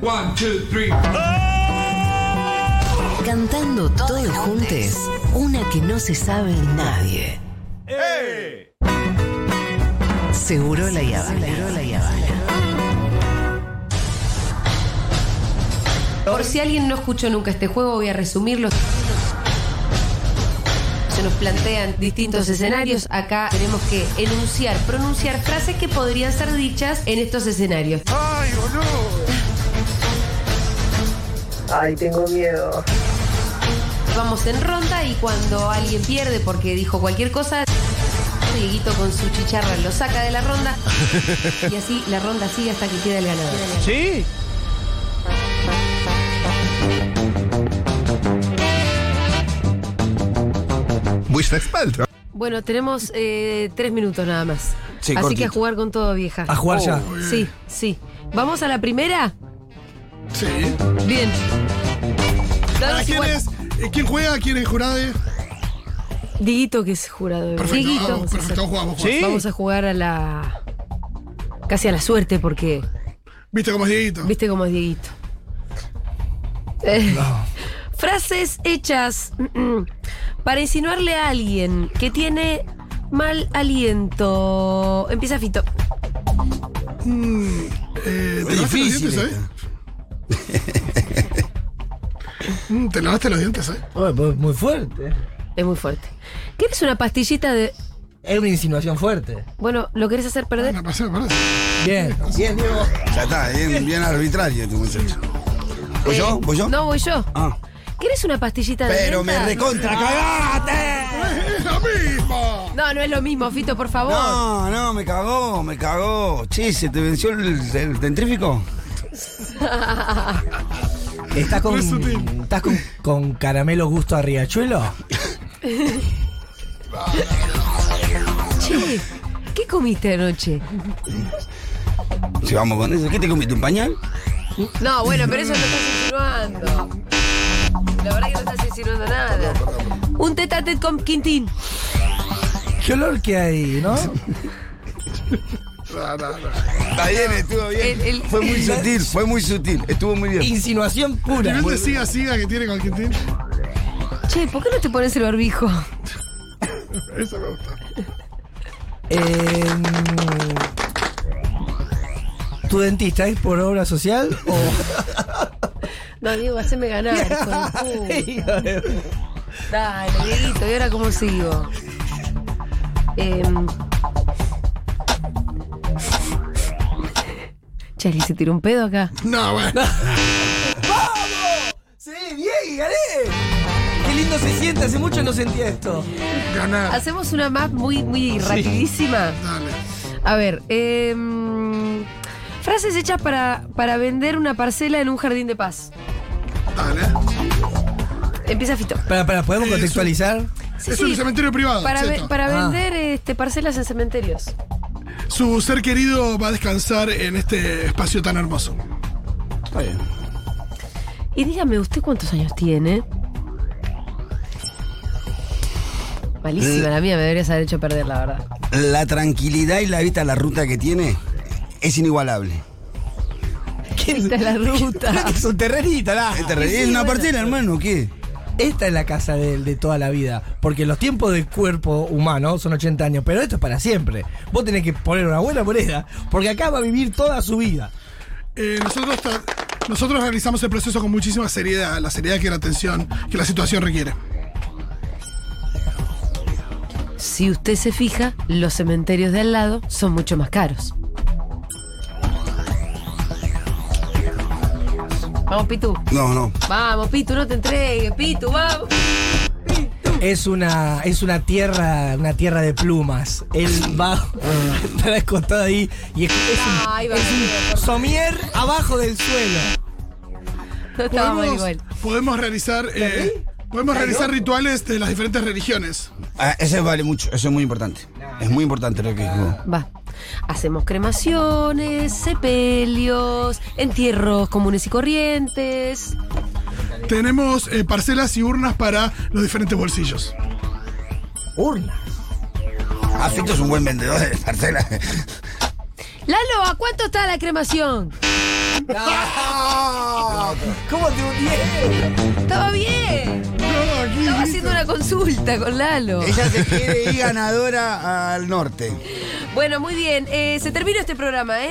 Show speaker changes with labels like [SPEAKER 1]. [SPEAKER 1] One, two, three.
[SPEAKER 2] Cantando todos juntos, una que no se sabe nadie. Seguro la Yavana.
[SPEAKER 3] Por si alguien no escuchó nunca este juego, voy a resumirlo. Se nos plantean distintos escenarios. Acá tenemos que enunciar, pronunciar frases que podrían ser dichas en estos escenarios.
[SPEAKER 1] ¡Ay, boludo!
[SPEAKER 4] Ay, tengo miedo.
[SPEAKER 3] Vamos en ronda y cuando alguien pierde porque dijo cualquier cosa, Dieguito con su chicharra lo saca de la ronda. Y así la ronda sigue hasta que queda el ganador.
[SPEAKER 5] ¿Sí?
[SPEAKER 6] Bushfestpaltra.
[SPEAKER 3] Bueno, tenemos eh, tres minutos nada más.
[SPEAKER 5] Sí,
[SPEAKER 3] Así
[SPEAKER 5] cortito.
[SPEAKER 3] que a jugar con todo, vieja. Oh.
[SPEAKER 5] A jugar ya.
[SPEAKER 3] Sí, sí. ¿Vamos a la primera?
[SPEAKER 6] Sí.
[SPEAKER 3] Bien.
[SPEAKER 6] ¿Para
[SPEAKER 3] Danos
[SPEAKER 6] quién
[SPEAKER 3] igual-
[SPEAKER 6] es? Eh, ¿Quién juega? ¿Quién es jurade?
[SPEAKER 3] Dieguito, que es jurado. de-
[SPEAKER 6] Perfecto.
[SPEAKER 3] Dieguito.
[SPEAKER 6] vamos,
[SPEAKER 3] vamos, a
[SPEAKER 6] perfecto,
[SPEAKER 3] hacer-
[SPEAKER 6] jugamos.
[SPEAKER 5] ¿Sí?
[SPEAKER 3] vamos a jugar a la. casi a la suerte, porque
[SPEAKER 6] ¿Viste cómo es Dieguito?
[SPEAKER 3] viste cómo es Dieguito. Eh, Frases hechas para insinuarle a alguien que tiene mal aliento. Empieza Fito.
[SPEAKER 6] Eh, ¿Te lavaste los
[SPEAKER 5] Difícil
[SPEAKER 6] dientes hoy? Mm, ¿Te lavaste los dientes hoy?
[SPEAKER 7] Oye, pues muy fuerte.
[SPEAKER 3] Es muy fuerte. ¿Quieres una pastillita de
[SPEAKER 7] Es una insinuación fuerte.
[SPEAKER 3] Bueno, ¿lo querés hacer perder?
[SPEAKER 6] Una pasada, parece.
[SPEAKER 7] Bien. Bien, Diego.
[SPEAKER 8] Ya está, bien, bien arbitrario tu muchacho. ¿Voy yo? ¿Voy yo?
[SPEAKER 3] Eh, No, voy yo.
[SPEAKER 8] Ah.
[SPEAKER 3] ¿Querés una pastillita de
[SPEAKER 8] Pero me
[SPEAKER 3] menta?
[SPEAKER 8] recontra cagaste.
[SPEAKER 6] ¡Es lo mismo!
[SPEAKER 3] No, no es lo mismo, Fito, por favor.
[SPEAKER 8] No, no, me cagó, me cagó. Che, ¿se te venció el, el dentrífico?
[SPEAKER 7] ¿Estás con,
[SPEAKER 6] Eso te-
[SPEAKER 7] ¿estás con, con caramelo gusto a Riachuelo?
[SPEAKER 3] Che, ¿qué comiste anoche?
[SPEAKER 8] Si vamos con eso, ¿qué te comiste? ¿Un pañal?
[SPEAKER 3] No, bueno, pero eso no estás insinuando. La verdad que no estás insinuando nada. Un tete a tete con Quintín.
[SPEAKER 7] ¿Qué olor que hay, no?
[SPEAKER 6] No, no, no.
[SPEAKER 8] Está bien, estuvo bien.
[SPEAKER 3] El- el-
[SPEAKER 8] Fue muy sutil, fue muy sutil. Estuvo muy bien.
[SPEAKER 7] Insinuación
[SPEAKER 6] El
[SPEAKER 7] pura.
[SPEAKER 6] nivel de siga siga que tiene con Quintín.
[SPEAKER 3] Che, ¿por qué no te pones el barbijo?
[SPEAKER 6] Eso me gusta.
[SPEAKER 7] Eh, ¿Tu dentista es por obra social
[SPEAKER 6] Oh.
[SPEAKER 7] o...?
[SPEAKER 3] No, Diego, haceme ganar. hijo de puta. Dale, Dieguito, ¿y ahora cómo sigo? Em. Che, ¿alguien se tiró un pedo acá?
[SPEAKER 6] No, bueno.
[SPEAKER 7] ¡Sí, bien, gané! ¡Qué lindo se siente! Hace mucho no sentía esto.
[SPEAKER 6] Ganar.
[SPEAKER 3] Hacemos una más muy, muy rapidísima.
[SPEAKER 6] Dale.
[SPEAKER 3] A ver, em, frases hechas para, para vender una parcela en un jardín de paz.
[SPEAKER 6] Dale.
[SPEAKER 3] Empieza Fito.
[SPEAKER 7] Para, para, ¿podemos contextualizar?
[SPEAKER 3] Sí,
[SPEAKER 6] es
[SPEAKER 3] sí.
[SPEAKER 6] un cementerio privado.
[SPEAKER 3] Para, ve-
[SPEAKER 6] exacto.
[SPEAKER 3] para
[SPEAKER 7] Ah.
[SPEAKER 3] vender este, parcelas en cementerios.
[SPEAKER 6] Su ser querido va a descansar en este espacio tan hermoso.
[SPEAKER 8] Está bien.
[SPEAKER 3] Y dígame, ¿usted cuántos años tiene?
[SPEAKER 7] Mm.
[SPEAKER 3] Malísima la mía, me deberías haber hecho perder, la verdad.
[SPEAKER 8] La tranquilidad y la vista a la ruta que tiene es inigualable.
[SPEAKER 3] Esta es la ruta.
[SPEAKER 7] Es un terrenito, la.
[SPEAKER 8] ¿Te reí? ¿Es una partida, hermano? ¿Qué?
[SPEAKER 7] Esta es la casa de, de toda la vida. Porque los tiempos del cuerpo humano son 80 años, pero esto es para siempre. Vos tenés que poner una buena moneda, porque acá va a vivir toda su vida.
[SPEAKER 6] Eh, nosotros, ta- nosotros realizamos el proceso con muchísima seriedad, la seriedad que la atención, que la situación requiere.
[SPEAKER 3] Si usted se fija, los cementerios de al lado son mucho más caros. Vamos, Pitu.
[SPEAKER 8] No, no.
[SPEAKER 3] Vamos, Pitu, no te entregues, Pitu, vamos.
[SPEAKER 7] Es una, es una tierra, una tierra de plumas. Él va para acostado ahí y es, es un
[SPEAKER 3] Ay, va bien.
[SPEAKER 7] somier abajo del suelo.
[SPEAKER 3] No estaba mal igual.
[SPEAKER 6] podemos realizar, eh, podemos realizar rituales de las diferentes religiones.
[SPEAKER 8] Ah, ese vale mucho, eso es muy importante. Es muy importante lo que dijo.
[SPEAKER 3] Va. Hacemos cremaciones, sepelios, entierros comunes y corrientes.
[SPEAKER 6] Tenemos eh, parcelas y urnas para los diferentes bolsillos.
[SPEAKER 7] Urna.
[SPEAKER 8] Afecto Ah, es un buen vendedor de parcelas.
[SPEAKER 3] Lalo, ¿a cuánto está la cremación?
[SPEAKER 7] ¿Cómo te hundieron?
[SPEAKER 3] Estaba bien.
[SPEAKER 6] No, aquí, Eh.
[SPEAKER 3] Estaba
[SPEAKER 6] grito.
[SPEAKER 3] haciendo una consulta con Lalo.
[SPEAKER 8] Ella se quiere ir ganadora al norte.
[SPEAKER 3] Bueno, muy bien. Eh, se terminó este programa, ¿eh?